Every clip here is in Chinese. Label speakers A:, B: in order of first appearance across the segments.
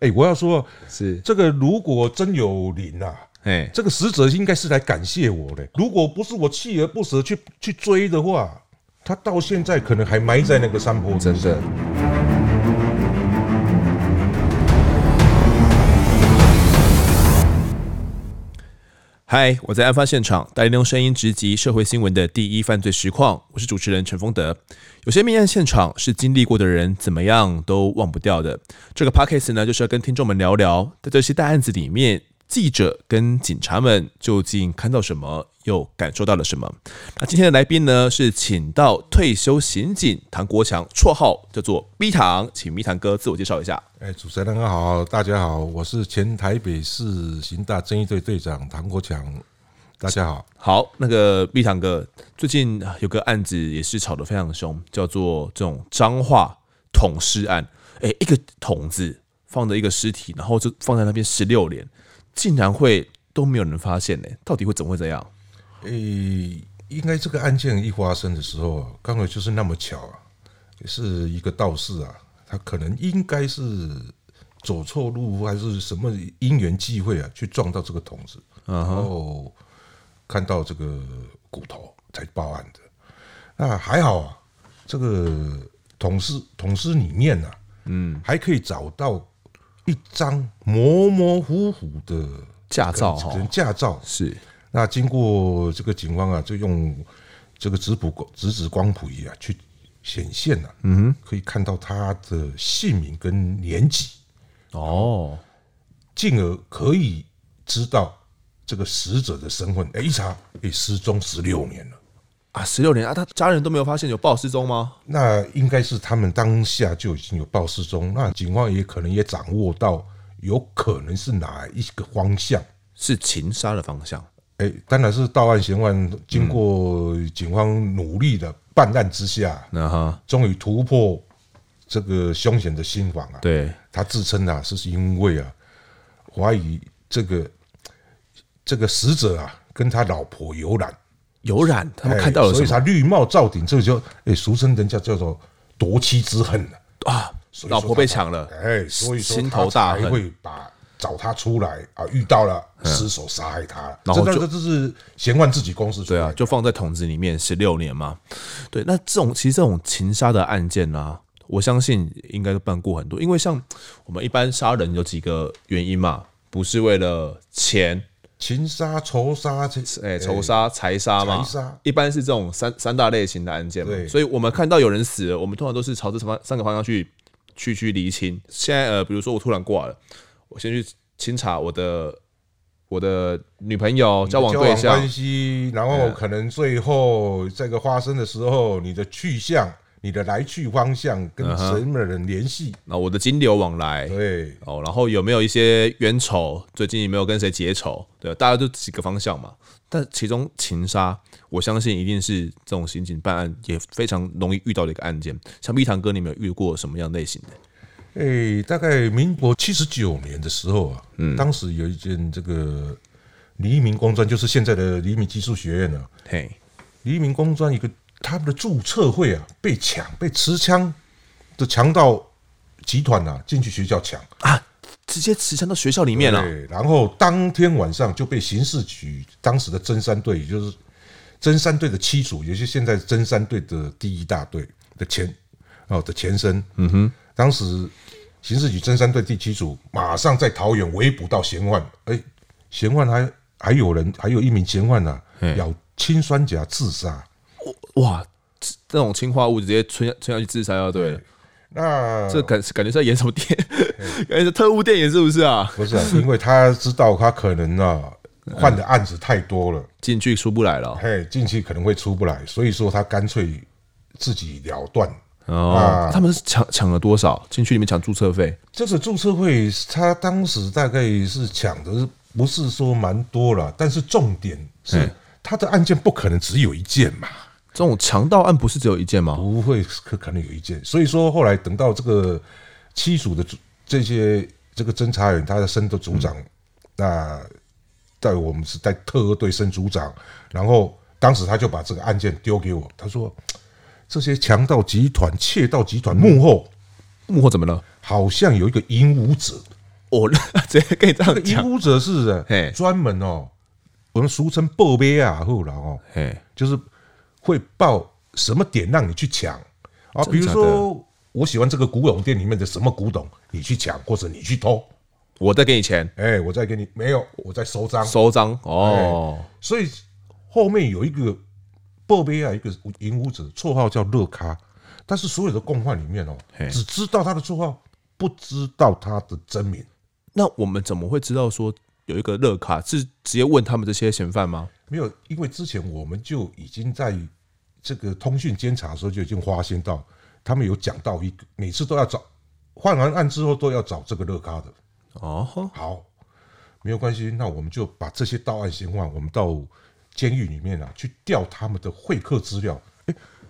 A: 哎、我要说，
B: 是，
A: 这个如果真有灵啊，
B: 哎，
A: 这个使者应该是来感谢我的。如果不是我锲而不舍去去追的话，他到现在可能还埋在那个山坡之
B: 真
A: 上
B: 的。嗨，我在案发现场，带您用声音直击社会新闻的第一犯罪实况。我是主持人陈丰德。有些命案现场是经历过的人怎么样都忘不掉的。这个 podcast 呢，就是要跟听众们聊聊，在这些大案子里面，记者跟警察们究竟看到什么，又感受到了什么。那今天的来宾呢，是请到退休刑警唐国强，绰号叫做咪糖，请咪糖哥自我介绍一下。
A: 哎、主持人好，大家好，我是前台北市刑大正义队队长唐国强，大家好。
B: 好，那个蜜糖哥，最近呃有个案子也是吵得非常凶，叫做这种脏话捅尸案。诶，一个桶子放着一个尸体，然后就放在那边十六年，竟然会都没有人发现呢、到底会怎么会这样？
A: 诶、应该这个案件一发生的时候啊，刚好就是那么巧啊，是一个道士啊，他可能应该是走错路还是什么因缘际会啊，去撞到这个桶子，然后看到这个骨头才报案的。那还好啊，这个桶尸桶尸里面啊，嗯，还可以找到一张模模糊糊的
B: 驾照
A: 可
B: 哈、
A: 能驾照，
B: 是
A: 那经过这个警方啊，就用这个质谱光质子光谱仪啊去显现了、啊，嗯，可以看到他的姓名跟年纪，
B: 哦，
A: 进而可以知道这个死者的身份。哎，一查，哎，失踪十六年了，
B: 啊，十六年啊，他家人都没有发现有报失踪吗？
A: 那应该是他们当下就已经有报失踪，那警方也可能也掌握到，有可能是哪一个方向。
B: 是情杀的方向
A: 哎，当然是到案嫌犯经过警方努力的办案之下，
B: 那哈，
A: 终于突破这个凶险的心防啊！
B: 对，
A: 他自称啊，是因为啊，怀疑这个这个死者啊跟他老婆有染，
B: 有染，他们
A: 哎
B: 看到了
A: 所
B: 什
A: 以
B: 么、
A: 他绿帽罩顶，这个就哎，俗称人家叫做夺妻之恨啊
B: 啊？
A: 所以说
B: 老
A: 他
B: 婆被抢了，
A: 哎，所以说
B: 心头
A: 他
B: 大
A: 才
B: 恨嗯
A: 会把找他出来啊，遇到了失手杀害他了，
B: 然后
A: 这这
B: 就
A: 这是嫌犯自己公司出
B: 对
A: 来
B: 啊，就放在桶子里面十六年嘛。对，那这种其实这种情杀的案件呢、我相信应该都办过很多，因为像我们一般杀人有几个原因嘛，不是为了钱，
A: 情杀、仇杀这
B: 哎、仇杀、财杀嘛
A: 财杀，
B: 一般是这种三三大类型的案件嘛。
A: 对
B: 所以我们看到有人死了，我们通常都是朝这三方三个方向去去去厘清。现在呃，比如说我突然挂了，我先去清查我的我的女朋友交往
A: 交
B: 对
A: 往
B: 象
A: 关，系，然后可能最后这个发生的时候，你的去向、你的来去方向跟什么人联系？
B: 然后我的金流往来，
A: 对，
B: 哦，然后有没有一些冤仇？最近有没有跟谁结仇？对，大家就几个方向嘛。但其中情杀，我相信一定是这种刑警办案也非常容易遇到的一个案件。像蜜糖哥，你们有遇过什么样类型的？
A: 诶，哎大概民国七十九年的时候啊，当时有一件这个黎明工专，就是现在的黎明技术学院啊，
B: 嘿，
A: 黎明工专一个他们的注册会啊，被抢，被持枪的强盗集团啊进去学校抢。
B: 直接持枪到学校里面啊了。
A: 对，然后当天晚上就被刑事局当时的真三队，也就是真三队的七组，也就是现在真三队的第一大队的前哦的前身。嗯哼，当时刑事局真三队第七组马上在桃园围捕到嫌犯，哎，嫌犯还还有人，还有一名嫌犯呢、啊，咬氰酸钾自杀。
B: 哇，这这种氰化物直接吞下吞下去自杀就啊对了。
A: 那
B: 这感感觉是在演什么电影？ 感觉是特务电影是不是啊？
A: 不是、啊，因为他知道他可能 啊
B: 嗯
A: 犯的案子太多了。
B: 进去出不来了。哦
A: 嘿，进去可能会出不来，所以说他干脆自己了断。
B: 哦，他们是抢抢了多少？进去里面抢注册费。
A: 这个注册会，他当时大概是抢的，不是说蛮多了，但是重点是他的案件不可能只有一件嘛，
B: 这种强盗案不是只有一件吗？
A: 不会可可能有一件，所以说后来等到这个七组的组这些这个侦查员，他的升的组长，那在我们是在特二队升组长，然后当时他就把这个案件丢给我，他说这些强盗集团、窃盗集团幕后
B: 幕后怎么了？
A: 好像有一个引武者，
B: 我 直接跟你这
A: 这个
B: 样
A: 遗
B: 讲，
A: 孤者是啊
B: 嘿
A: 专门哦，我们俗称报杯啊，后来哦，
B: 哎，
A: 就是会报什么点让你去抢啊，
B: 真的
A: 比如
B: 假的
A: 说我喜欢这个古董店里面的什么古董，你去抢或者你去偷，
B: 我再给你钱
A: 哎，我再给你没有，我再收赃。
B: 收赃哦，
A: 所以后面有一个报杯啊，一个银屋者，绰号叫乐咖，但是所有的共犯里面哦
B: 嘿，
A: 只知道他的绰号，不知道他的真名。
B: 那我们怎么会知道说有一个乐卡是直接问他们这些嫌犯吗？
A: 没有，因为之前我们就已经在这个通讯监察的时候就已经发现到，他们有讲到一个，每次都要找换完案之后都要找这个乐咖的。
B: 哦，
A: 好，没有关系，那我们就把这些到案嫌犯，我们到监狱里面啊去调他们的会客资料。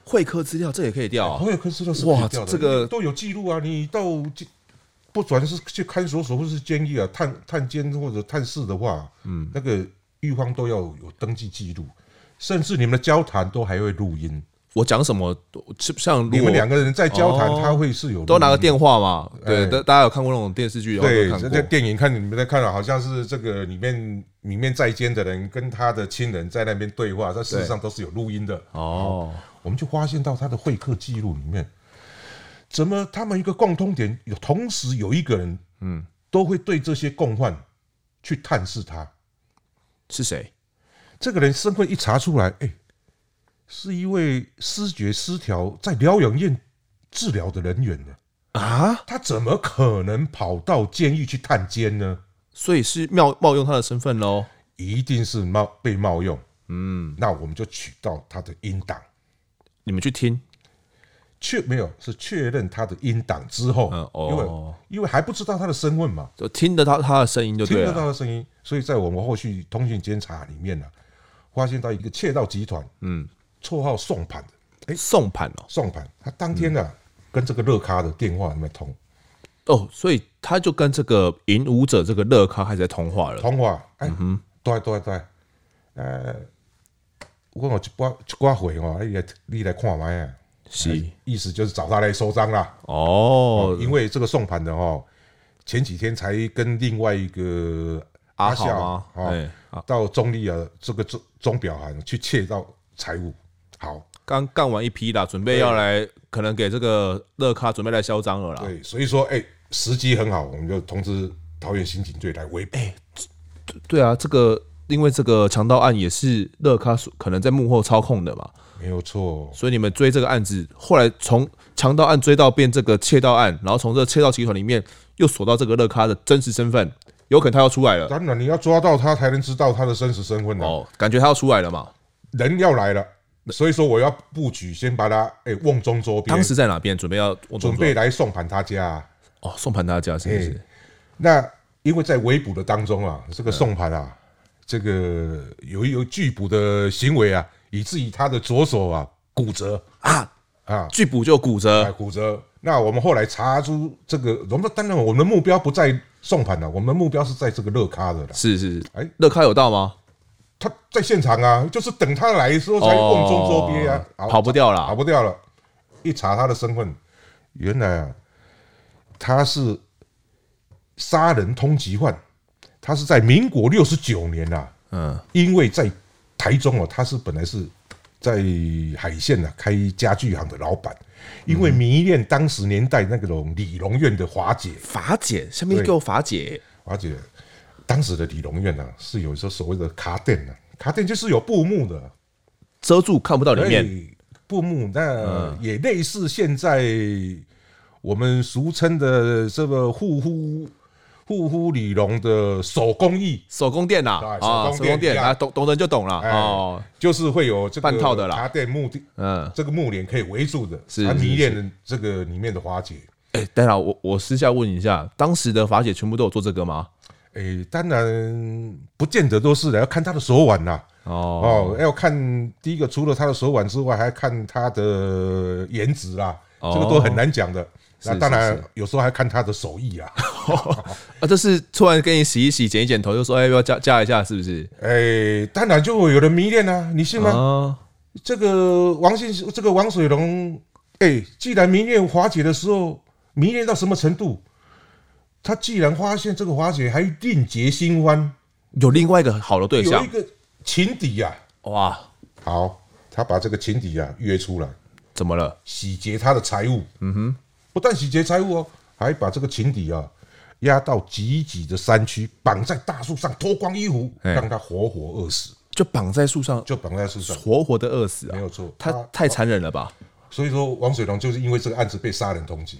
B: 会客资料这也可以调啊，
A: 会客资料是
B: 哇
A: 可以调的
B: 这个
A: 都有记录啊，你到监不管是去看守所或是监狱啊，探探监或者探视的话，嗯，那个狱方都要有登记记录，甚至你们的交谈都还会录音。
B: 我讲什么，是不像
A: 你
B: 如
A: 们两
B: 果
A: 个人在交谈
B: 哦，
A: 他会是有录音
B: 都拿个电话嘛？对，
A: 哎
B: 大大家有看过那种电视剧，然后
A: 对
B: 都，看
A: 这
B: 过
A: 在电影看你们在看了，好像是这个里面里面在监的人跟他的亲人在那边对话，但事实上都是有录音的。
B: 哦，
A: 我们就发现到他的会客记录里面，怎么他们一个共通点，有同时有一个人，嗯，都会对这些共犯去探视他。
B: 是谁？
A: 这个人身份一查出来，哎、是一位失觉失调在疗养院治疗的人员呢，
B: 啊，
A: 他怎么可能跑到监狱去探监呢？
B: 所以是冒冒用他的身份喽。
A: 一定是冒被冒用。嗯，那我们就取到他的音档，
B: 你们去听，
A: 确没有是确认他的音档之后，
B: 嗯
A: 因
B: 哦
A: 为因为还不知道他的身份嘛，
B: 就听得到他的声音就
A: 听
B: 对啊
A: 得
B: 了。
A: 到的声音，所以在我们后续通讯监察里面呢、啊发现到一个窃盗集团，嗯，绰号宋盘的
B: 送盘哦，
A: 宋盘，他当天
B: 嗯
A: 啊、跟这个乐咖的电话里面通
B: 哦，所以他就跟这个引舞者这个乐咖开始在通话了。
A: 通话，哎，
B: 嗯
A: 对对对，呃，我有一寡一寡回哦，你来你来看麦啊，
B: 是
A: 意思就是找他来收赃啦。
B: 哦，
A: 因为这个送盘的哦，前几天才跟另外一个
B: 阿
A: 夏
B: 豪吗？
A: 哦，
B: 哎，啊
A: 到中立啊，这个钟钟表行去窃到财物。好，
B: 刚干完一批啦，准备要来，可能给这个乐咖准备来销赃了啦。
A: 对，所以说，哎、时机很好，我们就通知桃园刑警队来围捕。
B: 哎对啊，这个因为这个强盗案也是乐咖所可能在幕后操控的嘛，
A: 没有错，
B: 所以你们追这个案子，后来从强盗案追到变这个窃盗案，然后从这个窃盗集团里面又锁到这个乐咖的真实身份，有可能他要出来了。
A: 当然你要抓到他，才能知道他的真实身份呢、啊
B: 哦，感觉他要出来了嘛？
A: 人要来了，所以说我要布局，先把他哎瓮、中捉鳖
B: 当，时在哪边准备要我
A: 准备来送盘他家啊、
B: 哦送盘大家是不是？
A: 那因为在围捕的当中啊，
B: 嗯
A: 这个宋盘啊，这个有有拒捕的行为啊，以至于他的左手啊骨折
B: 啊，
A: 啊，
B: 拒捕就骨
A: 啊
B: 折，
A: 骨折。那我们后来查出这个，我们当然我们的目标不在宋盘了、我们的目标是在这个乐咖的啦。
B: 是是是。
A: 哎
B: 乐咖有到吗？
A: 他在现场啊，就是等他来的时候才瓮中捉鳖啊，
B: 哦
A: 好
B: 跑不掉
A: 跑
B: 啦。
A: 不掉了。一查他的身份，原来啊，他是杀人通缉犯，他是在民国六十九年啊，
B: 嗯，
A: 因为在台中哦，他是本来是在海线啊开家具行的老板，因为迷恋当时年代那种理容院的华姐，
B: 法姐，下面给我法姐
A: 华姐当时的理容院啊是有一些所谓的卡店啊，卡店就是有布幕的，啊
B: 遮住看不到里面。嗯
A: 以布幕那也类似现在我们俗称的这个护肤护肤理容的手工艺，
B: 手工店呐
A: 对，
B: 啊，
A: 手工店
B: 手工
A: 一
B: 店
A: 样
B: 啊，懂懂人就懂了
A: 哎
B: 哦。
A: 就是会有这个
B: 半套的啦
A: 卡店幕的
B: 嗯，
A: 这个幕帘可以围住的，
B: 是
A: 他
B: 是
A: 迷恋这个里面的花姐。
B: 哎，等一下我我私下问一下，当时的法姐全部都有做这个吗？
A: 诶、当然不见得都是的，要看他的手腕啦。
B: 哦，
A: 哦，要看第一个，除了他的手腕之外，还要看他的颜值啦，
B: 哦
A: 这个都很难讲的。那
B: 是
A: 当然
B: 是，
A: 有时候还看他的手艺啊。
B: 啊，这是突然跟你洗一洗、剪一剪头，就说哎，要不要加加一下，是不是？
A: 诶、哎当然就会有人迷恋啊，你信吗？
B: 啊，
A: 这个王信，这个王水龙，哎、既然迷恋华姐的时候，迷恋到什么程度？他既然发现这个华姐还另结新欢，
B: 有另外一个好的对
A: 有
B: 象
A: 一，个情敌呀、
B: 哇，
A: 好，他把这个情敌啊约出来，
B: 怎么了？
A: 洗劫他的财物。嗯哼，不但洗劫财物哦，还把这个情敌啊押到极极的山区，绑在大树上，脱光衣服，
B: 哎
A: 让他活活饿死，
B: 就绑在树上，
A: 就绑在树上。
B: 活活的饿死啊
A: 没！有错，
B: 他
A: 他
B: 太残忍了吧？
A: 所以说王水龙就是因为这个案子被杀人通缉。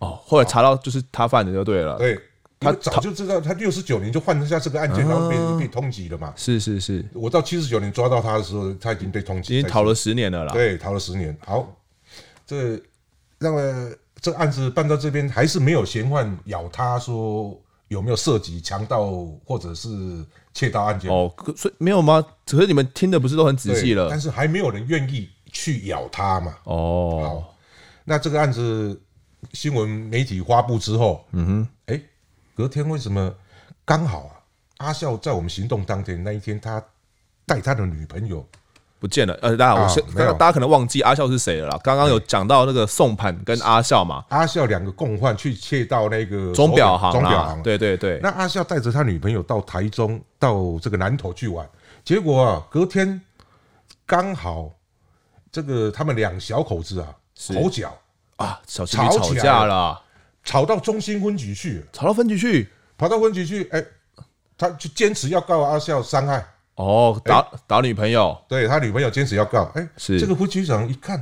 B: 哦，后来查到就是他犯的就对了。
A: 啊对，他早就知道，他六十九年就犯下这个案件，然后被被通缉了嘛。
B: 是是是，
A: 我到七十九年抓到他的时候，他已经被通缉，
B: 已经
A: 在
B: 逃了十年了啦。
A: 对，逃了十年。好，这那么这个案子办到这边，还是没有嫌犯咬他说有没有涉及强盗或者是窃盗案件。
B: 哦，可所以没有吗？可是你们听的不是都很仔
A: 对，
B: 细了
A: 但？是还没有人愿意去咬他嘛。
B: 哦，
A: 好，那这个案子新闻媒体发布之后，嗯哼，哎、隔天为什么刚好啊？阿笑在我们行动当天那一天，他带他的女朋友
B: 不见了。呃，大家我
A: 啊
B: 先，
A: 没有
B: 大家可能忘记阿笑是谁了啦。刚刚有讲到那个宋盘跟阿笑嘛，
A: 阿笑两个共犯去窃盗那个
B: 钟表
A: 钟
B: 行
A: 表
B: 啦
A: 行。，
B: 对对对，
A: 那阿笑带着他女朋友到台中，到这个南投去玩，结果啊，隔天刚好这个他们两小口子啊口角，
B: 啊，小情侣
A: 吵
B: 吵
A: 起来
B: 架了，
A: 吵到中心分局去了，
B: 吵到分局去。
A: 跑到分局去，哎、他就坚持要告阿笑伤害，
B: 哦，打打女朋友，
A: 对他女朋友坚持要告，哎、
B: 是
A: 这个副局长一看，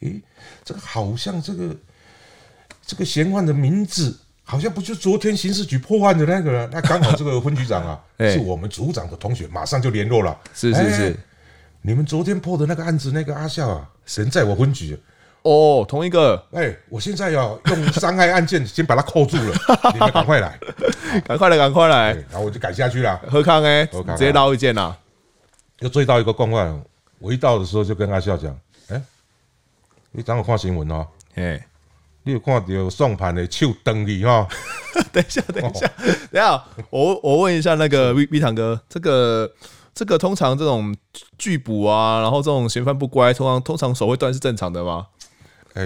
A: 诶、这个好像这个这个嫌犯的名字。好像不就昨天刑事局破案的那个人？那刚好这个分局长啊，
B: 哎
A: 是我们组长的同学，马上就联络了。
B: 是是
A: 哎
B: 是，
A: 你们昨天破的那个案子，那个阿笑啊，人在我分局。
B: 哦，同一个，
A: 哎、我现在要用伤害案件先把他扣住了， 你们赶快来。
B: 赶快来，赶快
A: 哎、
B: 来，
A: 然后我就赶下去啦，
B: 何康哎，
A: 何康啊
B: 直接捞一件呐，
A: 又追到一个惯惯。我一到的时候就跟阿笑讲：“哎、你刚好看新闻哦，
B: 哎，
A: 你有看到送盘的手登去哈？
B: 等一下，等
A: 哦
B: 一下，等一下，我我问一下那个 V V 堂哥，这个这个通常这种拒捕啊，然后这种嫌犯不乖，通常通常手会断是正常的吗？
A: 哎、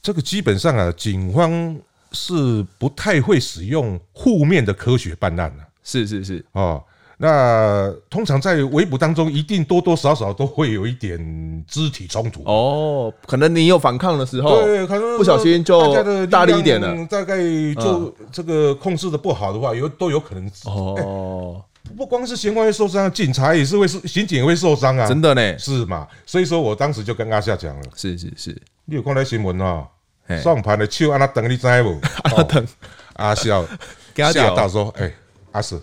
A: 这个基本上啊，警方是不太会使用负面的科学办案的、啊
B: 是是是，
A: 哦，那通常在围捕当中，一定多多少少都会有一点肢体冲突。
B: 哦，可能你有反抗的时候，
A: 对，可能
B: 不小心
A: 大
B: 就
A: 家的力量
B: 大力一点了
A: 大概做这个控制的不好的话，有都有可能。
B: 哦，
A: 不光是嫌犯会受伤，警察也是会受，刑警也会受伤 啊，
B: 真的呢，
A: 是嘛？所以说我当时就跟阿夏讲了，
B: 是是是，
A: 你有看到新闻啊
B: 嘿？
A: 上盘的手安那等你知无？
B: 阿腾，
A: 阿笑
B: 给他
A: 哦吓
B: 屌
A: 到说：“哎、阿 Sir，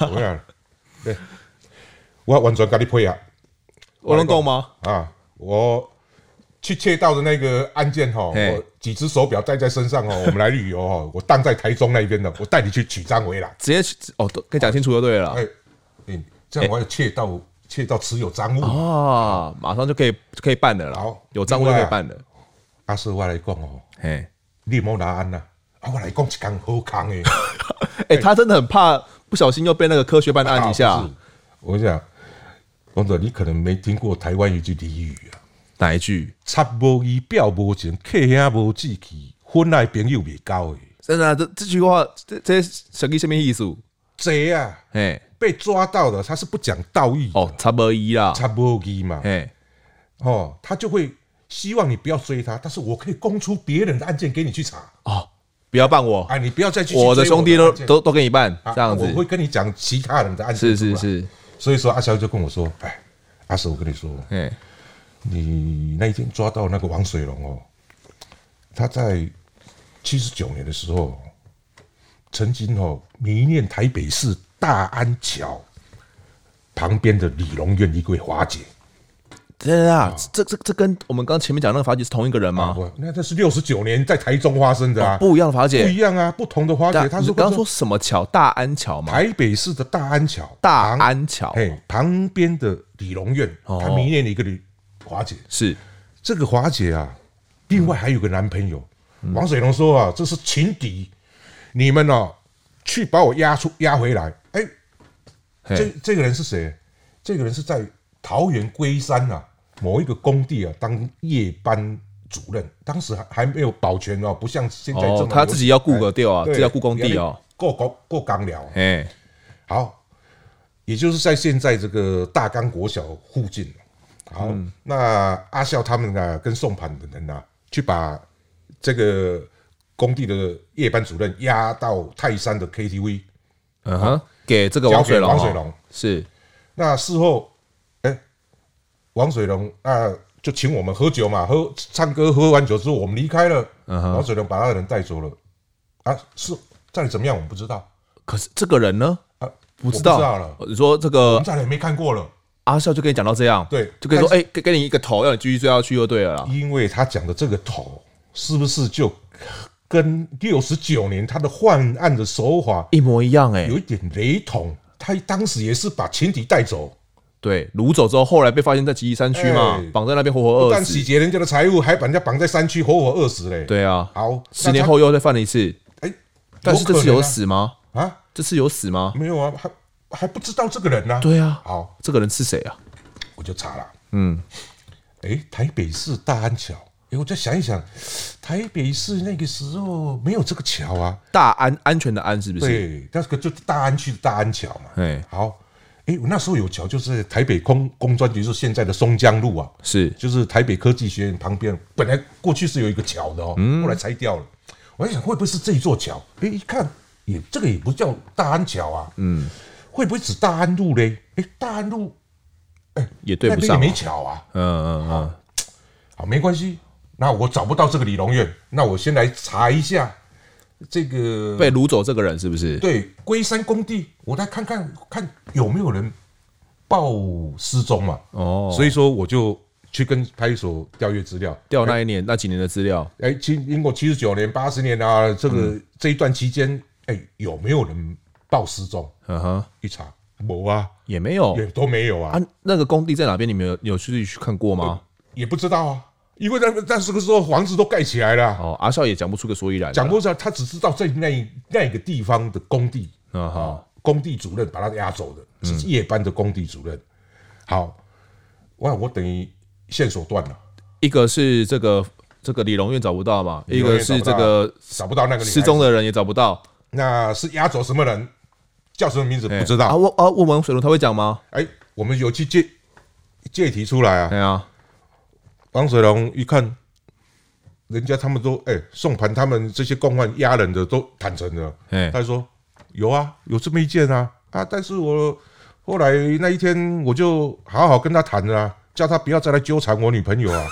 A: 我讲， 对，我完全跟你配合。”
B: 我能够吗？
A: 啊，我去窃盗的那个案件哈，
B: 嘿
A: 我几只手表带在身上哦，我们来旅游 哦，我当在台中那边的，我带你去取赃回来。
B: 直接去哦，都跟讲清楚就对了
A: 哎、嗯，这样我有窃
B: 哎
A: 盗，窃盗持有赃物。
B: 啊，马上就可以就可以办的了啦
A: 好，
B: 有账户就可以办的，
A: 阿叔，我来讲哦，
B: 嘿，
A: 你莫拿安呐，啊，我来讲一间好康的。
B: 哎，他真的很怕不小心又被那个科学办按一
A: 啊
B: 下
A: 不是，我讲，王总，你可能没听过台湾有一句俚语啊，
B: 哪一句？
A: 插无义，表无情，客兄无志气，婚内朋友未交的，
B: 真的啊、这这句话，这这什么什么意思？
A: 这啊
B: 哎，
A: 被抓到了，他是不讲道义的
B: 哦，差不多一啦，
A: 插无义嘛，
B: 哎，
A: 哦，他就会希望你不要追他，但是我可以供出别人的案件给你去查，
B: 哦，不要办我，
A: 啊，你不要再去
B: 我的
A: 追
B: 兄弟都
A: 案件
B: 都都给你办，
A: 啊
B: 这样子
A: 我，会跟你讲其他人的案件，
B: 是是，是，
A: 所以说阿肖就跟我说，哎，阿叔，我跟你说，
B: 哎，
A: 你那一天抓到那个王水龙哦，他在七十九年的时候，曾经哦迷恋台北市大安桥旁边的李龙苑一位华姐
B: 真的啊，这这这跟我们刚前面讲那个法姐是同一个人
A: 啊，
B: 吗？
A: 不那这是六十九年在台中发生的啊，
B: 哦不一样的法
A: 不
B: 姐
A: 一，样啊，不同的花姐，
B: 但
A: 她
B: 你
A: 是
B: 刚刚说什么桥？大安桥吗？
A: 台北市的大安桥，
B: 大
A: 旁，
B: 安桥哦
A: 嘿，旁边的李龙苑，她迷恋了一个李华姐，
B: 是
A: 这个华姐啊，另外还有个男朋友，
B: 嗯
A: 王水龙说啊，这是情敌，你们哦，去把我押出押回来，哎，
B: 嘿
A: 这这个人是谁？这个人是在桃园龟山啊某一个工地啊当夜班主任，当时还还没有保全哦，不像现在这
B: 哦
A: 么，
B: 他自己要顾个调啊，
A: 对
B: 自己要顾工地哦，，
A: 够够够刚了。
B: 哎，
A: 好，也就是在现在这个大冈国小附近。好，
B: 嗯
A: 那阿孝他们啊，跟宋盘的人啊，去把这个工地的夜班主任押到泰山的 KTV，
B: 嗯哼，给这个
A: 交
B: 王
A: 给
B: 水龙，啊
A: 王水，龙。
B: 是
A: 那事后，哎、王水龙那就请我们喝酒嘛，喝唱歌，喝完酒之后我们离开了。
B: 嗯哼
A: 王水龙把他的人带走了，啊，是再怎么样我们不知道
B: 可是这个人呢，
A: 啊，
B: 不
A: 我
B: 知道。
A: 了，
B: 你说这
A: 我
B: 个
A: 们再也没看过了。
B: 阿笑就跟你讲到这样，
A: 对
B: 就跟你说，哎，给给你一个头，让你继续追啊下去就对了啦。
A: 因为他讲的这个头，是不是就跟六十九年他的犯案的手法
B: 一模一样哎、
A: 有一点雷同？他当时也是把情敌带走，
B: 对，掳走之后，后来被发现在吉义山区嘛
A: 哎，
B: 绑在那边活活饿
A: 但
B: 死
A: 洗。劫人家的财物，还把人家绑在山区活活饿死嘞。，
B: 对啊，
A: 好，
B: 十年后又再犯了一次，
A: 那他，哎，
B: 但是这次
A: 可能
B: 有
A: 啊
B: 死吗？
A: 啊？
B: 这次有死吗？
A: 没有啊，还还不知道这个人呢、
B: 对啊，
A: 好，
B: 这个人是谁啊？
A: 我就查了。
B: 嗯，
A: 哎，台北市大安桥，哎，我再想一想，台北市那个时候没有这个桥啊。
B: 大安安全的安是不是？
A: 对，那个就大安区的大安桥嘛。
B: 哎，
A: 好，哎，我那时候有桥，就是台北工工专局，就是现在的松江路啊，
B: 是
A: 就是台北科技学院旁边。本来过去是有一个桥的哦，
B: 嗯
A: 后来拆掉了。我在想会不会是这一座桥？哎，一看也这个也不叫大安桥啊，嗯，会不会指大安路嘞？哎，大安路
B: 也对
A: 那
B: 不
A: 边
B: 上
A: 也
B: 啊、
A: 没桥啊。
B: 嗯嗯嗯，
A: 好，没关系，那我找不到这个李龙院，那我先来查一下这个
B: 被掳走这个人是不是？
A: 对，龟山工地，我来看看看有没有人报失踪啊嘛。
B: 哦，
A: 所以说我就去跟派出所调阅资料。
B: 调那一年那几年的资料，
A: 哎，经经过七十九年、八十年啊，这个、
B: 嗯
A: 这一段期间，哎，有没有人报失踪？
B: 嗯哼，
A: 一查，没啊，
B: 也没有
A: 也都没有啊，
B: 啊。那个工地在哪边？你们有有去去看过吗？
A: 也不知道啊，因为那那这个时候房子都盖起来了啊，
B: 哦，阿笑也讲不出个所以然。
A: 讲，不知啊道，他只知道在那那个地方的工地哦
B: 嗯哼，
A: 工地主任把他押走的，
B: 嗯
A: 是夜班的工地主任。好，哇，我等于线索断了，
B: 一个是这个这个李龙院找不到嘛，一
A: 龙
B: 个
A: 院
B: 是
A: 找不
B: 这
A: 到
B: 个
A: 找不到那个女孩子
B: 失踪，的人也找不到，
A: 那是押走什么人，叫什么名字不知
B: 啊。
A: 道。
B: 问啊问王水龙他会讲吗？
A: 哎，我们有去借借题出来啊。
B: 对啊，
A: 王水龙一看，人家他们都哎宋盘他们这些共犯押人的都坦诚了，
B: 哎
A: 他说有啊，有这么一件啊啊，但是我后来那一天我就好好跟他谈了、啊，叫他不要再来纠缠我女朋友啊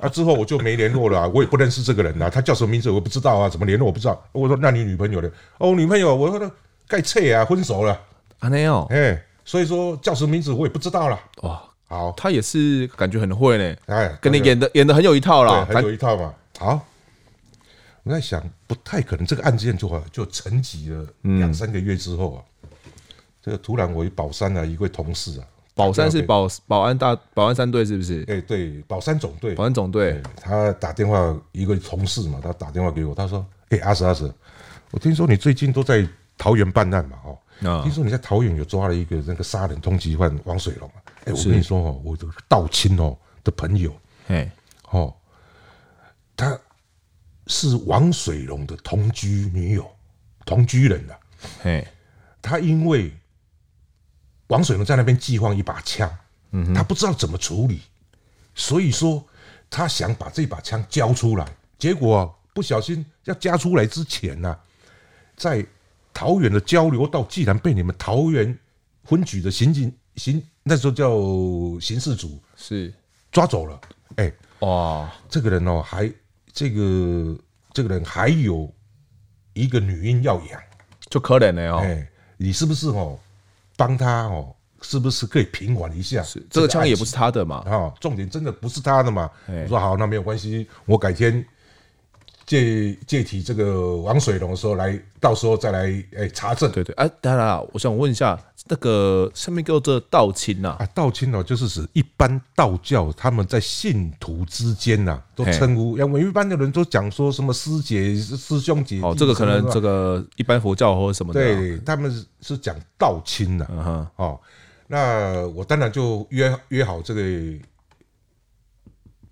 A: 啊，之后我就没联络了啊、我也不认识这个人啊，他叫什么名字我也不知道啊，怎么联络我不知道。我说那你女朋友呢？哦，女朋友，我说盖脆啊，分手了，
B: 阿内哦，
A: 哎，所以说叫什么名字我也不知道了。
B: 哇，
A: 好，
B: 他也是感觉很会呢，
A: 哎，
B: 跟你演的演的很有一套啦。
A: 对，
B: 反
A: 很有一套嘛。好，我在想，不太可能这个案件就就沉寂了
B: 嗯
A: 两三个月之后啊，这个突然我宝山啊一位同事啊，
B: 宝山是
A: 对
B: 保保安大保安三队是不是？
A: 哎、对，宝山总队
B: 保，安总队
A: 对他打电话一个同事嘛，他打电话给我，他说，哎、阿 Sir 阿 Sir，我听说你最近都在桃园办案嘛，哦。
B: 啊
A: 听，说你在桃园有抓了一个那个杀人通缉犯王水龙啊，哎、我跟你说哦，我的道亲哦的朋友，
B: 哎，
A: 哦，他是王水龙的同居女友，同居人啊。
B: 哎，
A: 他因为王水龙在那边寄放一把枪，嗯，他不知道怎么处理，所以说他想把这把枪交出来，结果、啊、不小心要交出来之前呢、在桃园的交流道，既然被你们桃园分局的刑警刑那时候叫刑事组
B: 是
A: 抓走了，哎、
B: 哇，
A: 这个人哦，还这个这个人还有一个女婴要养，
B: 就可怜了
A: 哎、
B: 哦。
A: 你是不是哦帮他哦？是不是可以平缓一下？
B: 是这个枪也不
A: 是
B: 是他的嘛，
A: 啊、重点真的不是他的嘛？
B: 哎
A: 我说好，那没有关系，我改天借借提这个王水龙的时候来，到时候再来哎、查证
B: 对对。哎，当然啦，我想问一下，那个上面给我这道亲呐，
A: 啊。道亲哦，就是指一般道教他们在信徒之间呐、都
B: 嘿
A: 称呼，因为一般的人都讲说什么师姐、师兄姐弟什么的嘛。
B: 哦，这个可能这个一般佛教或者什么的啊，
A: 对，他们是是讲道亲的、
B: 嗯哼，
A: 啊哦。那我当然就约约好这个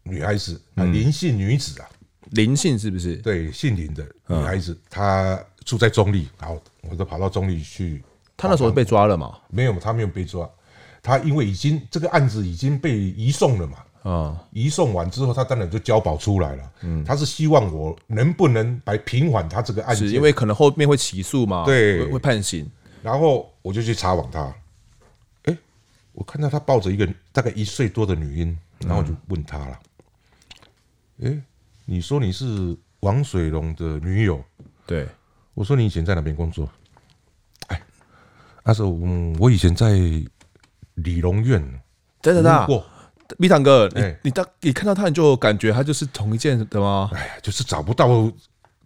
A: 女孩子啊，林姓女子啊，
B: 林姓是不是？
A: 对，姓林的女孩子，她住在中立，然后我都跑到中立去。
B: 他那时候被抓了嘛？
A: 没有，她没有被抓，她因为已经这个案子已经被移送了嘛，
B: 啊，
A: 移送完之后，她当然就交保出来了。嗯，她是希望我能不能来平缓她这个案
B: 是
A: 件，
B: 因为可能后面会起诉嘛？
A: 对
B: 会会判刑。
A: 然后我就去查访他，哎、我看到他抱着一个大概一岁多的女婴，然后我就问他了，哎、你说你是王水龙的女友？
B: 对，
A: 我说你以前在哪边工作？哎，那时候嗯，我以前在理容院
B: 真
A: 服
B: 的
A: 务
B: 大
A: 过，
B: 米堂哥，你
A: 哎
B: 你当你看到他，你就感觉他就是同一件的吗？
A: 哎呀，就是找不到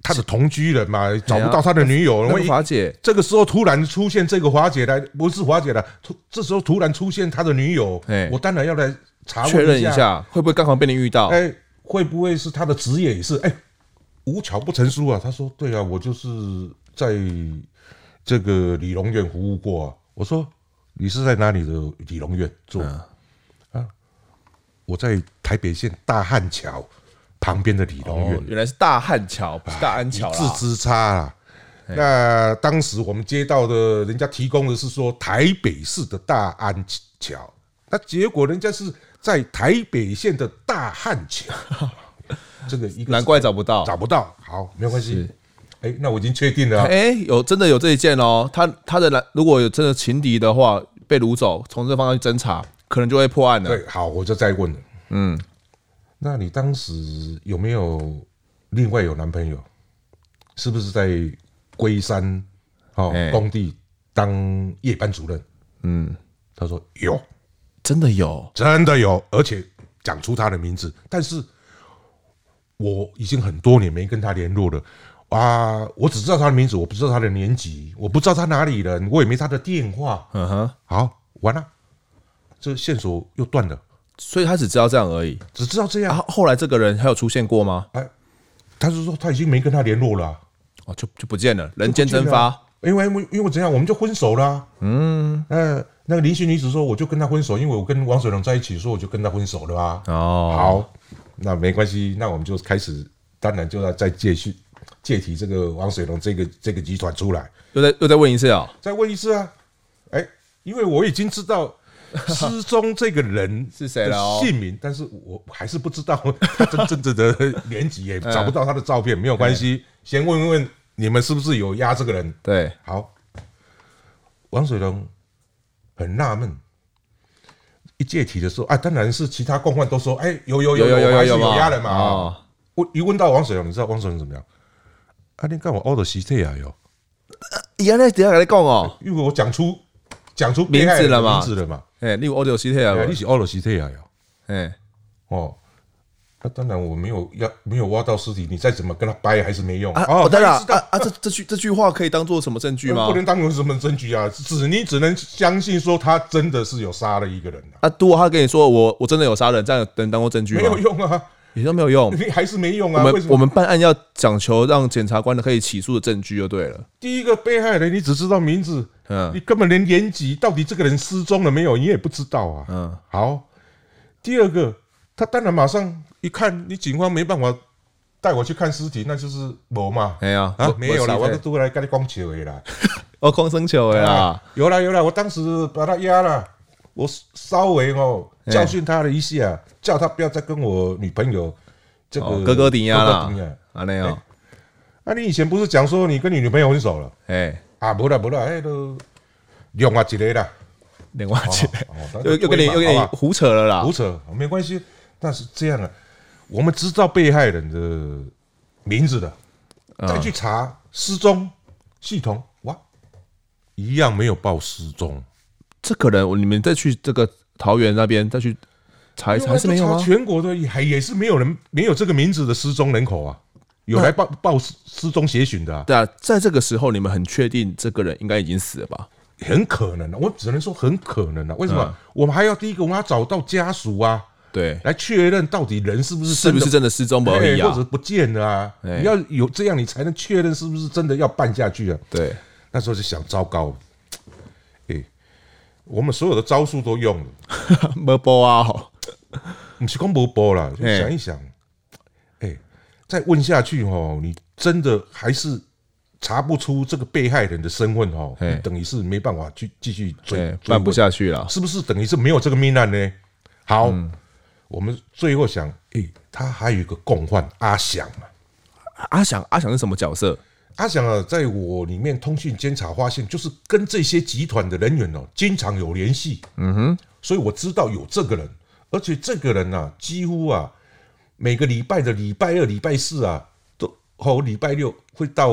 A: 他的同居人嘛，找
B: 哎呀
A: 不到他的女友，万
B: 那个
A: 一
B: 华姐，
A: 这个时候突然出现这个华姐来，不是华姐了，突这时候突然出现他的女友
B: 哎，
A: 我当然要来查
B: 确
A: 问
B: 认一，下，会不会刚好被你遇到？
A: 哎，会不会是他的职业也是？哎，无巧不成书啊！他说：“对啊，我就是在这个理容院服务过啊。”我说：“你是在哪里的理容院做？”
B: 嗯
A: 啊，我在台北县大汉桥旁边的理容
B: 哦
A: 院，，
B: 原来是哎大汉桥，不是大安桥
A: 一
B: 啦。
A: 字之差啊。那当时我们接到的，人家提供的是说台北市的大安桥，那结果人家是在台北县的大汉桥，这个一个
B: 难怪找不到。
A: 找不到。好，没有关系。哎，那我已经确定了啊，
B: 哎、有真的有这一件哦。他他的来，如果有真的情敌的话，被掳走，从这方向去侦查，可能就会破案了。
A: 对，好，我就再问了。嗯，那你当时有没有另外有男朋友？是不是在龟山哦
B: 哎
A: 工地当夜班主任？嗯，他说有。
B: 真的有，
A: 真的有，而且讲出他的名字，但是我已经很多年没跟他联络了。啊，我只知道他的名字，我不知道他的年纪，我不知道他哪里人，我也没他的电话。
B: 嗯哼，
A: 好，完了，这线索又断了，
B: 所以他只知道这样而已。
A: 只知道这
B: 啊，
A: 样。
B: 后来这个人还有出现过吗？
A: 他是说他已经没跟他联络了啊、
B: 哦，就就不见了，人间蒸发。
A: 因为因为因为怎样，我们就分手了啊、嗯，呃，那个林姓女子说，我就跟他分手，因为我跟王水龙在一起，所以我就跟他分手了啊。
B: 哦，
A: 好，那没关系，那我们就开始，当然就要再借续借题这个王水龙这个这个集团出来，
B: 又再又再问一次哦，
A: 再问一次啊，哎、因为我已经知 道失踪这个人
B: 是谁了哦
A: 的姓名，但是我还是不知道他真正的年纪，
B: 嗯
A: 也找不到他的照片，没有关系，先问问你们是不是有压这个人。
B: 对，
A: 好，王水龙很纳闷。一借题的时候啊，当然是其他共犯都说，哎、有有
B: 有
A: 有
B: 有有
A: 我还是
B: 有
A: 有压人嘛。
B: 哦，
A: 我一问到王水龙，你知道王水龙怎么样？啊，你干我凹的西特啊哟，
B: 原来底下跟你讲哦，
A: 因为我讲出讲出被害人的名字了嘛，
B: 哎，例如 audio C T 啊
A: 哎，你是凹的西特啊哟，
B: 哎，
A: 哦。那、当然，我没有要没有挖到尸体，你再怎么跟他掰还是没用。
B: 啊，
A: 哦，
B: 哦，当然
A: 他
B: 啊
A: 知道
B: 啊，这这句这句话可以当做什么证据吗
A: 不？能当有什么证据啊，只你只能相信说他真的是有杀了一个人啊，
B: 啊，如果他跟你说我我真的有杀人，这样能当做证据
A: 没
B: 吗
A: 有？用啊，
B: 你说没有用。
A: 你还是没用
B: 我
A: 啊。为
B: 们
A: 什么？
B: 我们办案要讲求让检察官的可以起诉的证据就对了。
A: 第一个被害人，你只知道名字，
B: 嗯
A: 你根本连年纪到底这个人失踪了没有，你也不知道啊。
B: 嗯，
A: 好，第二个，他当然马上一看，你警方没办法带我去看尸体，那就是没嘛。
B: 哎呀，
A: 啊
B: 我，
A: 没有啦，
B: 我
A: 我
B: 是
A: 都都来跟你光球的啦。
B: 哦，光生球的啦，，
A: 有啦有啦，我当时把他压了，我稍微哦教训他了一下，叫他不要再跟我女朋友这
B: 哦
A: 个，
B: 哥哥顶呀
A: 哥哥顶啊
B: 啦，啊那样，
A: 啊，你以前不是讲说你跟你女朋友分手了？
B: 哎，
A: 啊，无啦无啦，迄都另外一个啦，
B: 另外去，
A: 哦
B: 又又跟你又跟你胡扯了啦
A: 胡，扯，哦没关系。但是这样啊，我们知道被害人的名字的，
B: 嗯
A: 再去查失踪系统，哇，一样没有报失踪，
B: 这可能你们再去这个桃园那边再去查一查，还是没有
A: 因为我
B: 啊
A: 查？全国的也还也是没有人没有这个名字的失踪人口啊，有来报报失失踪协寻的、啊，
B: 对啊，在这个时候你们很确定这个人应该已经死了吧？
A: 很可能、啊，我只能说很可能啊。为什么？
B: 嗯
A: 我们还要第一个，我们要找到家属啊。
B: 对，
A: 来确认到底人是不是
B: 是
A: 真
B: 不
A: 的
B: 是真的失踪而
A: 哎
B: 已
A: 或
B: 啊
A: 者？不见了啊？
B: 哎
A: 你要有这样，你才能确认是不是真的要办下去啊。
B: 对，
A: 那时候就想，糟糕，哎，我们所有的招数都用了，
B: 没播啊，
A: 你是讲无播啦，就
B: 哎
A: 想一想，哎、再问下去哦，你真的还是查不出这个被害人的身份哦，
B: 哎
A: 你等于是没办法去继续追
B: 对，，
A: 追
B: 办不
A: 问
B: 下去了。
A: 是不是等于是没有这个命案呢？好，
B: 嗯
A: 我们最后想，哎、他还有一个共犯阿翔嘛，
B: 阿翔，阿翔是什么角色？
A: 阿翔啊，在我里面通讯监察发现，就是跟这些集团的人员哦，经常有联系。嗯哼，所以我知道有这个人，而且这个人啊，几乎啊，每个礼拜的礼拜二、礼拜四啊，都哦，礼拜六会到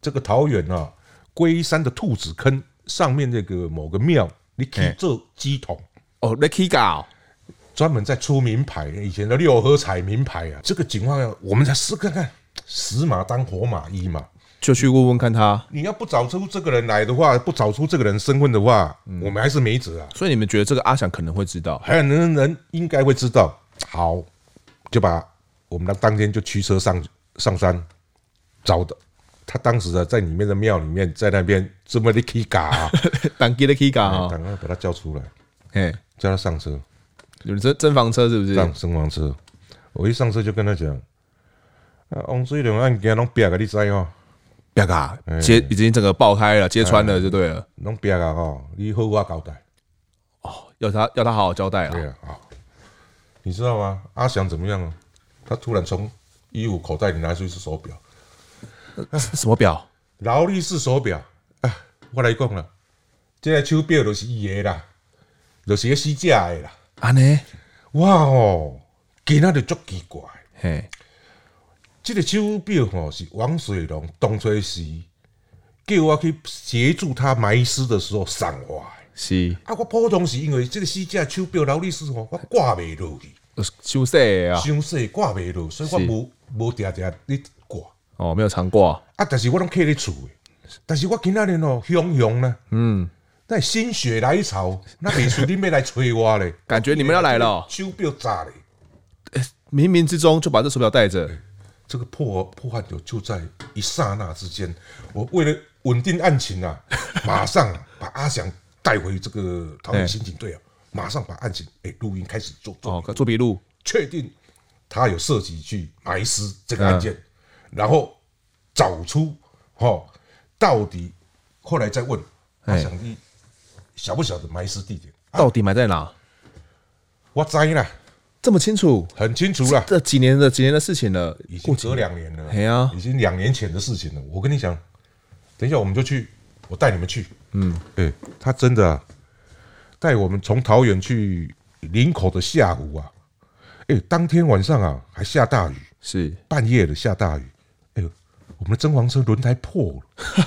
A: 这个桃园啊龟山的兔子坑上面那个某个庙，你去
B: 哎
A: 做鸡桶。
B: 哦，Lucky g a
A: 专门在出名牌，以前的六合彩名牌啊，这个情况啊，我们才试看看，死马当活马医嘛。
B: 就去问问看他。
A: 你要不找出这个人来的话，不找出这个人身份的话，我们还是没辙啊。
B: 所以你们觉得这个阿翔可能会知道？
A: 还有人人应该会知道，好，就把我们当天就驱车上上山找的。他当时啊，在里面的庙里面，在那边这么的 K 嘎、啊，
B: 当机 Lucky g a
A: 赶
B: 啊，
A: 快把他叫出来，
B: 哎，
A: 叫他上车，
B: 你们这真房车是不是？
A: 上升房车。我一上车就跟他讲，啊，王水龙案件拢别个你知哦，
B: 不要嘎，揭已经整个爆开了，揭穿了就对了。
A: 拢别个哦，你好我交代。
B: 哦要他要他好好交代啊！
A: 对啊，好，你知道吗？阿翔怎么样啊？他突然从衣服口袋里拿出一只手表，
B: 是 什么表？
A: 劳力士手表。啊，我来讲啦，这个手表就是伊的啦，就是个死假的啦。
B: 安呢？
A: 哇哦，今仔就足奇怪，
B: 嘿，
A: 这个手表吼是王水龙当初时叫我去协助他埋尸的时候送我的。
B: 是
A: 啊，我普通是因为这个死假手表劳力士吼，我挂袂落去。
B: 休息啊！
A: 伤势挂袂落，所以我
B: 是
A: 无无定定咧挂。
B: 哦，没有常挂，
A: 啊，但是我拢徛咧厝诶，但是我今仔日哦，汹涌呢，嗯，那心血来潮，那袂出你要来催我 咧，
B: 感觉你们要来了哦，
A: 手表炸咧，
B: 冥冥之中就把这手表带着。
A: 这个破破案就就在一刹那之间，我为了稳定案情 啊，马上啊把阿翔带回这个桃园刑警队啊，马上把案情诶录音开始做做
B: 哦，做笔录，
A: 确定他有涉及去埋尸这个案件，然后找出哦到底，后来再问他
B: 哎
A: 想你晓不晓得埋尸地点？
B: 啊到底埋在哪？
A: 我猜啦，
B: 这么清楚，
A: 很清楚啦，
B: 这几年的几年的事情了，
A: 已经隔两年
B: 哎
A: 了，
B: 呀，
A: 已经两年前的事情了。我跟你讲，等一下我们就去，我带你们去。嗯，哎，他真的啊带、我们从桃园去林口的下湖啊，哎、当天晚上啊还下大雨。
B: 是
A: 半夜的下大雨，哎呦，我们的真黄车轮胎破了，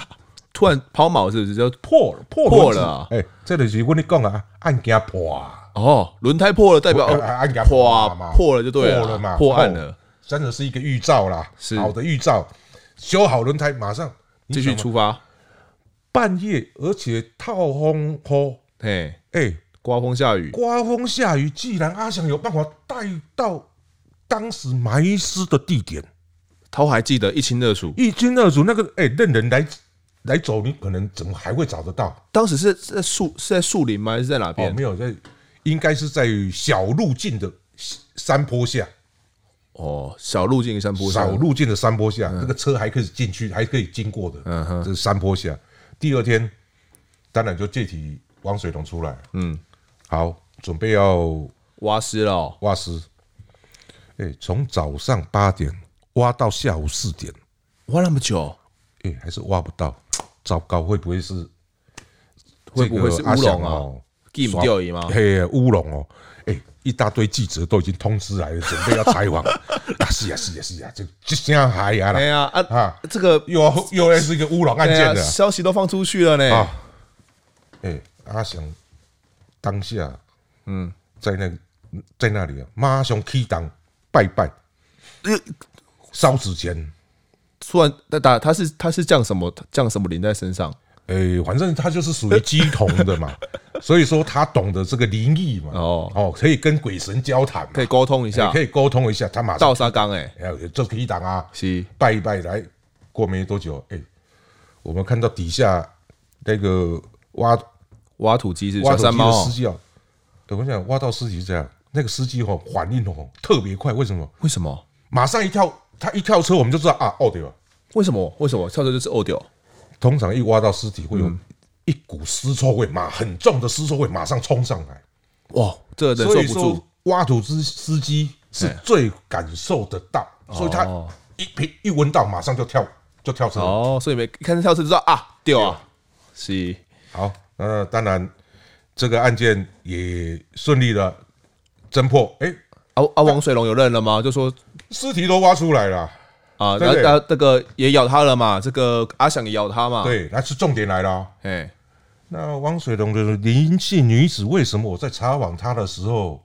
B: 突然抛锚是不是？就
A: 破了，破
B: 破
A: 轮子
B: 了啊
A: 哎、这就是我跟你讲啊，案件破啊，
B: 哦，轮胎破了，代表
A: 破
B: 哦
A: 啊按个
B: 破
A: 破嘛
B: 啊，破了就对
A: 破了嘛哦
B: 破案了，
A: 真的是一个预兆啦，
B: 是
A: 好的预兆。修好轮胎，马上你
B: 继续
A: 想嘛
B: 出发。
A: 半夜，而且套风后，
B: 嘿，
A: 哎、
B: 刮风下雨，
A: 刮风下雨，既然阿翔有办法带到当时埋尸的地点，
B: 涛还记得一清二楚。
A: 一清二楚。那个哎、任人来来走，你可能怎么还会找得到？
B: 当时是是在树是在树林吗？还是在哪
A: 哦，
B: 边？
A: 没有在，应该是在小路径的山坡下，
B: 哦，小路径山坡上
A: 小。
B: 嗯
A: 路径的山坡下，这个车还可以进去，还可以经过的，这是山坡下。第二天，当然就借题王水龙出来，嗯，好，准备要
B: 挖尸了哦、
A: 挖尸，哎、从早上八点挖到下午四点，
B: 挖那么久，
A: 哎、还是挖不到，糟糕，会不会是
B: 会不会是
A: 这个阿
B: 乌
A: 翔
B: 龙啊？
A: 哦？
B: 给不掉而已吗？
A: 嘿，乌龙哦，哎、一大堆记者都已经通知来了，准备要采访。 啊，是啊，是啊，是啊，这这声嗨呀
B: 哎
A: 啦，
B: 呀啊
A: 啊
B: 这个
A: 又又又是一个乌龙案
B: 哎
A: 件
B: 呀，
A: 的。
B: 消息都放出去了呢。
A: 啊哎、阿翔当下，嗯，在那个在那里啊，马上起当拜拜，烧纸钱。
B: 突然，那打他是他是降什么降什么灵在身上？
A: 哎、反正他就是属于鸡同的嘛， 所以说他懂得这个灵异嘛，
B: 哦
A: 哦哦，可以跟鬼神交谈嘛，
B: 可以沟通一下
A: 也哎可，以沟通一下，他马上
B: 倒沙缸哎，
A: 哎，这可以挡啊，
B: 是
A: 拜一拜来，过没多久，哎、我们看到底下那个挖
B: 挖土机是
A: 挖
B: 小
A: 土机
B: 山
A: 的
B: 猫
A: 司机啊，哎我想挖到尸体是这样，那个司机哦，反应哦特别快，为什么？
B: 为什么？
A: 马上一跳，他一跳车，我们就知道啊，哦对了，
B: 为什么？为什么？跳车就是欧丢？
A: 通常一挖到尸体会
B: 嗯
A: 有一股尸臭味，马很重的尸臭味马上冲上来，
B: 哇，这忍
A: 所以
B: 受不
A: 说
B: 住，哎
A: 挖土之司机是最感受得到，所以他
B: 哦
A: 一一一闻到马上就跳就跳车。
B: 哦，所以没一看跳车就知道啊，丢啊，是
A: 好，那当然这个案件也顺利的侦破，哎，
B: 啊啊，王水龙有认了吗？就说
A: 尸体都挖出来了。
B: 啊，
A: 对
B: 然后
A: 对
B: 然后这个也咬他了嘛，这个阿翔也咬他嘛，，
A: 对，那是重点来了哦。
B: 哎，
A: 那汪水龙的林姓女子，为什么我在查访她的时候，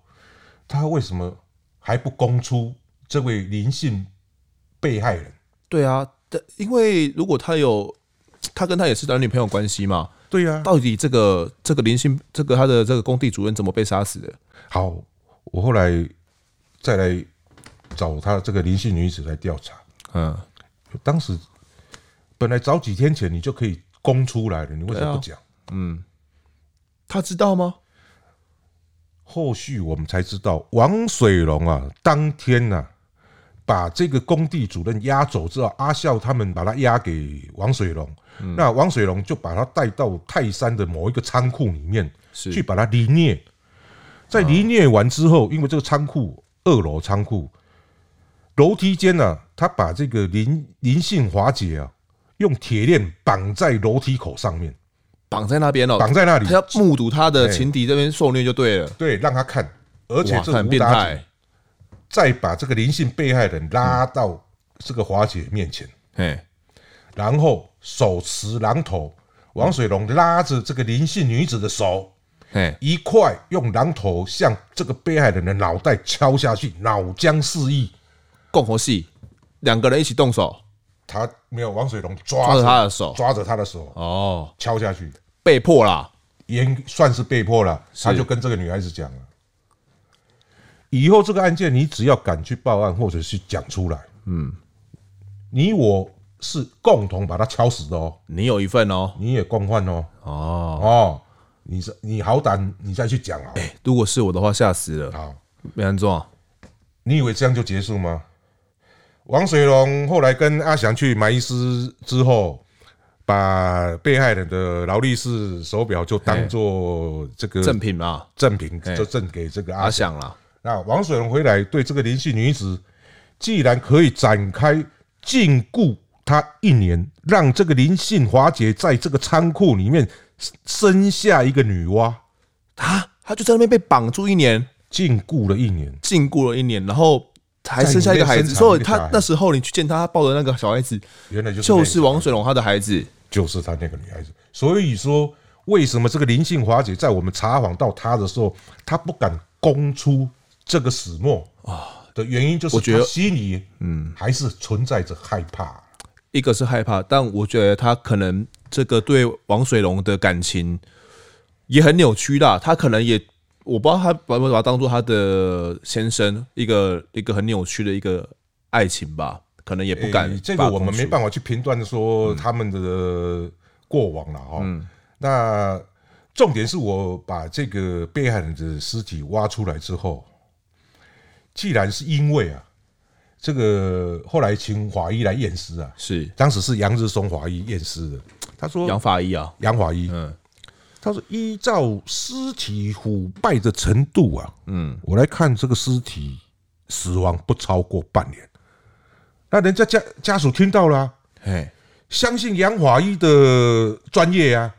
A: 她为什么还不供出这位林姓被害人？
B: 对啊，但因为如果他有他跟他也是男女朋友关系嘛，
A: 对呀、
B: 到底这个这个林星这个他的这个工地主任怎么被杀死的？
A: 好，我后来再来找她这个林姓女子来调查。
B: 嗯，
A: 当时本来早几天前你就可以供出来了，你为什么不讲？
B: 他知道吗？
A: 后续我们才知道，王水龙啊，当天呐、把这个工地主任押走之后，阿孝他们把他押给王水龙，
B: 嗯
A: 那王水龙就把他带到泰山的某一个仓库里面
B: 是
A: 去把他凌虐。在凌虐完之后，因为这个仓库二楼仓库楼梯间呢、他把这个林林姓华姐啊，用铁链绑在楼梯口上面，
B: 绑在那边哦，
A: 绑在那里
B: 他，要目睹他的情敌这边受虐就对了，
A: 对，让他看，而且
B: 哇，
A: 这
B: 他很
A: 武
B: 变
A: 打者
B: 态，
A: 再把这个林姓被害人拉到这个华姐面前，
B: 哎，
A: 然后手持榔头，王水龙拉着这个林姓女子的手，
B: 哎，
A: 一块用榔头向这个被害人的脑袋敲下去，脑浆四溢。
B: 共和戏，两个人一起动手
A: 他没有王水龙抓
B: 抓着
A: 着
B: 他的手，
A: 抓着他的手
B: 哦，
A: 敲下去，
B: 被迫啦，
A: 也算是被迫了。他就跟这个女孩子讲了，以后这个案件你只要敢去报案或者是讲出来，嗯，你我是共同把他敲死的哦。
B: 你有一份哦，
A: 你也共患哦，
B: 哦，
A: 哦，你是你好胆，你再去讲啊，
B: 如果是我的话，吓死了，
A: 好，
B: 没安装，
A: 你以为这样就结束吗？王水龙后来跟阿翔去买医师之后，把被害人的劳力士手表就当做这个
B: 正品嘛，
A: 哎赠品，
B: 哎
A: 就赠给这个阿
B: 阿
A: 翔。
B: 想啦，
A: 那王水龙回来对这个林姓女子，既然可以展开禁锢她一年，让这个林姓华姐在这个仓库里面生生下一个女娲。
B: 啊，他就在那边被绑住一年，
A: 禁锢了一年，
B: 禁锢了一年，然后还生下一个孩
A: 在里
B: 子，
A: 面生产
B: 所以
A: 一个小孩
B: 他那时候你去见他，他抱的那个小孩子
A: 原来就是那
B: 就
A: 个
B: 是王水龙他的孩子，
A: 就是他那个女孩子。所以说，为什么这个林姓华姐在我们查访到她的时候，她不敢供出这个始末啊？的原因就是
B: 我觉得
A: 她心里嗯还是存在着害怕。
B: 一个是害怕，但我觉得他可能这个对王水龙的感情也很扭曲啦，他可能也。我不知道他把不把他当做他的先生，一个一个很扭曲的一个爱情吧，可能也不敢把他
A: 诶
B: 供出。
A: 哎这个我们没办法去评断说他们的过往了哈。
B: 嗯
A: 那重点是我把这个被害人的尸体挖出来之后，既然是因为啊，这个后来请法医来验尸啊，
B: 是
A: 当时是杨日松法医验尸的，他说
B: 杨法医啊，
A: 杨法医，
B: 嗯
A: 他说依照尸体腐败的程度啊，嗯，我来看这个尸体死亡不超过半年，那人家家家属听到了啊、
B: 嘿，
A: 相信杨法医的专业啊，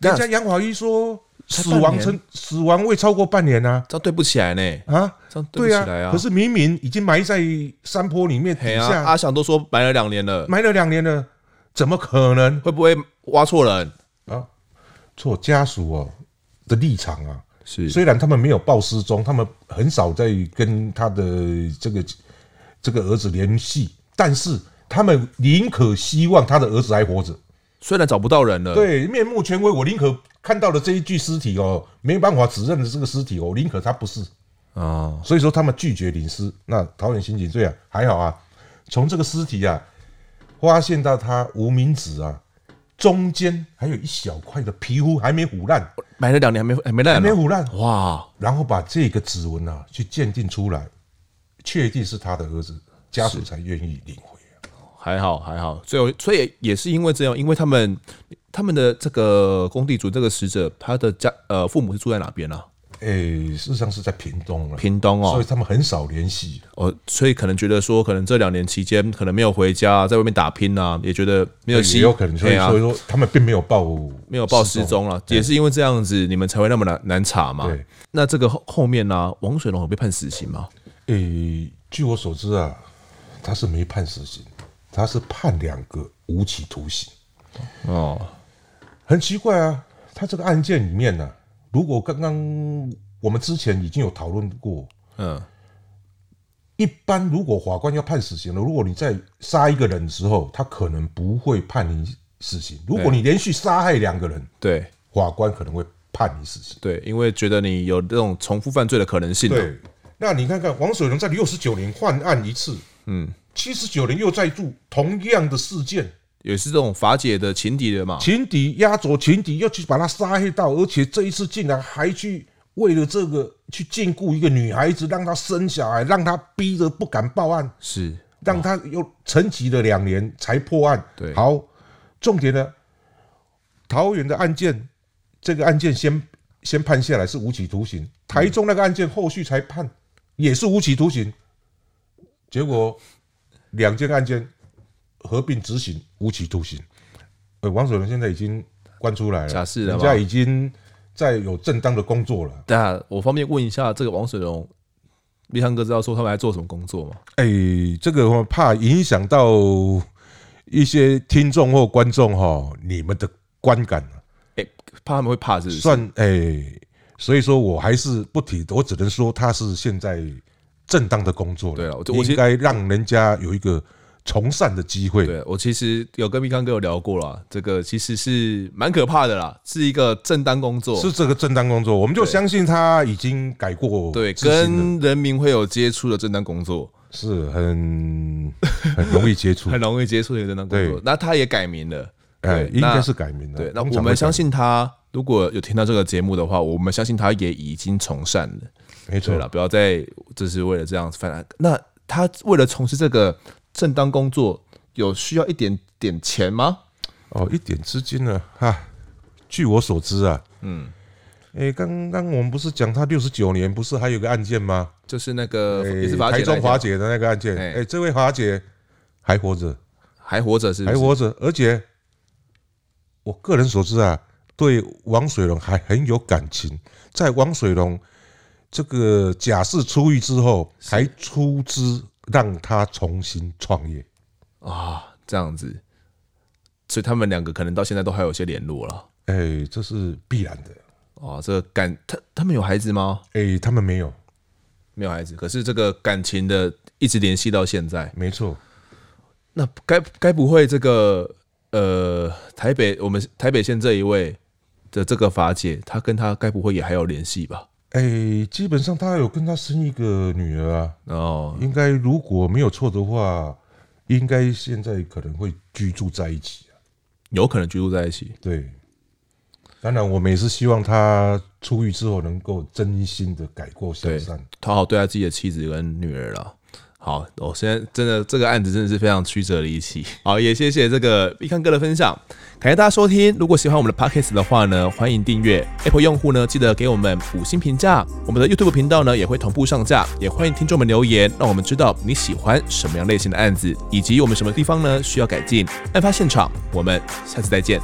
B: 那
A: 人家杨法医说
B: 才
A: 死
B: 半
A: 亡
B: 年
A: 成死亡未超过半年啊，
B: 这样对不起来呢，
A: 啊，
B: 这样对
A: 对
B: 不起来
A: 啊，
B: 啊。
A: 可是明明已经埋在山坡里面
B: 嘿
A: 底
B: 啊，
A: 下，
B: 阿翔都说埋了两年了，
A: 埋了两年了，怎么可能？
B: 会不会挖错人？
A: 啊，做家属哦的立场啊，
B: 是
A: 虽然他们没有报失踪，他们很少在跟他的这个这个儿子联系，但是他们宁可希望他的儿子还活着。
B: 虽然找不到人了，，
A: 对，面目全非，我宁可看到了这一具尸体哦，没办法指认的这个尸体哦，我宁可他不是。
B: 哦，
A: 所以说他们拒绝领尸。那桃园刑警队啊，还好啊，从这个尸体啊，发现到他无名指啊，中间还有一小块的皮肤还没腐烂，
B: 买了两年还没还没
A: 还
B: 烂
A: 没
B: 呢，
A: 腐烂，
B: 哇，
A: 然后把这个指纹啊去鉴定出来，确定是他的儿子，家属才愿意领回啊。
B: 还好还好，最后所以也是因为这样，因为他们他们的这个工地主这个使者，他的家呃父母是住在哪边啊？
A: 诶、事实上是在屏东了，啊
B: 屏东
A: 所
B: 哦
A: 以，他们很少联系。
B: 哦，所以可能觉得说，可能这两年期间可能没有回家，在外面打拼啊，也觉得没有
A: 也
B: 希
A: 有可能，所以
B: 对啊
A: 所以说他们并没有报
B: 没有报失踪啊了，也是因为这样子，你们才会那么难难查嘛
A: 对。
B: 那这个后后面呢、王水龙有被判死刑吗？
A: 诶、据我所知啊，他是没判死刑，他是判两个无期徒刑。
B: 哦，
A: 很奇怪啊，他这个案件里面呢、啊如果刚刚我们之前已经有讨论过，
B: 嗯，
A: 一般如果法官要判死刑了，如果你在杀一个人的时候，他可能不会判你死刑；如果你连续杀害两个人，
B: 对
A: 法官可能会判你死刑。
B: 对，因为觉得你有这种重复犯罪的可能性、啊。
A: 对，那你看看王水龙在六十九年犯案一次，嗯，七十九年又再度同样的事件，
B: 也是这种法解的情敌的嘛。
A: 情敌压着情敌，要去把他杀害到，而且这一次竟然还去为了这个去禁锢一个女孩子，让她生小孩，让她逼着不敢报案，
B: 是，
A: 让她又沉寂了两年才破案。
B: 对
A: 好，重点呢，桃园的案件，这个案件先先判下来是无期徒刑，台中那个案件后续才判也是无期徒刑，结果两件案件合并执行无期徒刑。呃，王守仁现在已经关出来了，
B: 假释了
A: 人
B: 吧
A: 家已经在有正当的工作了。
B: 那我方便问一下，这个王水龙，立昌哥知道说他们在做什么工作吗？
A: 哎、这个我怕影响到一些听众或观众哈，你们的观感啊
B: 哎、怕他们会怕是不是？
A: 算哎、所以说我还是不提，我只能说他是现在正当的工作了。
B: 对啊了我就我
A: 应该让人家有一个从善的机会。
B: 对我其实有跟立康哥有聊过啦，这个其实是蛮可怕的啦，是一个正当工作，
A: 是这个正当工作，我们就相信他已经改过
B: 对
A: 自新了
B: 跟人民会有接触的正当工作，
A: 是很 很容易接触哎
B: 很，容易接触的正当工作
A: 对。
B: 那他也改名了，
A: 哎，
B: 对
A: 应
B: 那
A: 该是改名了。
B: 对，那
A: 通常
B: 我们
A: 会改
B: 相信他。如果有听到这个节目的话，我们相信他也已经从善了。
A: 没错
B: 对了，不要再就是为了这样子犯案。那他为了从事这个正当工作，有需要一点点钱吗？
A: 哦，一点资金呢，哈。据我所知啊，嗯，哎，刚刚我们不是讲他六十九年，不是还有个案件吗？
B: 就是那个
A: 哎
B: 呃也是法
A: 台
B: 姐
A: 中
B: 来讲
A: 华姐的那个案件，
B: 哎
A: 哎，这位华姐还活着，
B: 还活着是不
A: 还
B: 是？
A: 活着，而且我个人所知啊，对王水龙还很有感情。在王水龙这个假释出狱之后，还出资让他重新创业。
B: 啊，这样子，所以他们两个可能到现在都还有些联络了。
A: 哎、这是必然的。
B: 哦，这个感他他们有孩子吗？
A: 哎、他们没有，
B: 没有孩子，可是这个感情的一直联系到现在。
A: 没错，
B: 那该该不会这个呃台北我们台北县这一位的这个法姐，她跟她该不会也还有联系吧？
A: 哎、基本上他有跟他生一个女儿啊，
B: 哦，
A: 应该如果没有错的话，应该现在可能会居住在一起啊。
B: 有可能居住在一起。
A: 对，当然我们也是希望他出狱之后能够真心的改过向善。
B: 讨好对啊他自己的妻子跟女儿了。好，我现在真的这个案子真的是非常曲折离奇。好，也谢谢这个必看哥的分享，感谢大家收听。如果喜欢我们的 podcast 的话呢，欢迎订阅。Apple 用户呢，记得给我们五星评价。我们的 YouTube 频道呢也会同步上架，也欢迎听众们留言，让我们知道你喜欢什么样类型的案子，以及我们什么地方呢需要改进。案发现场，我们下次再见。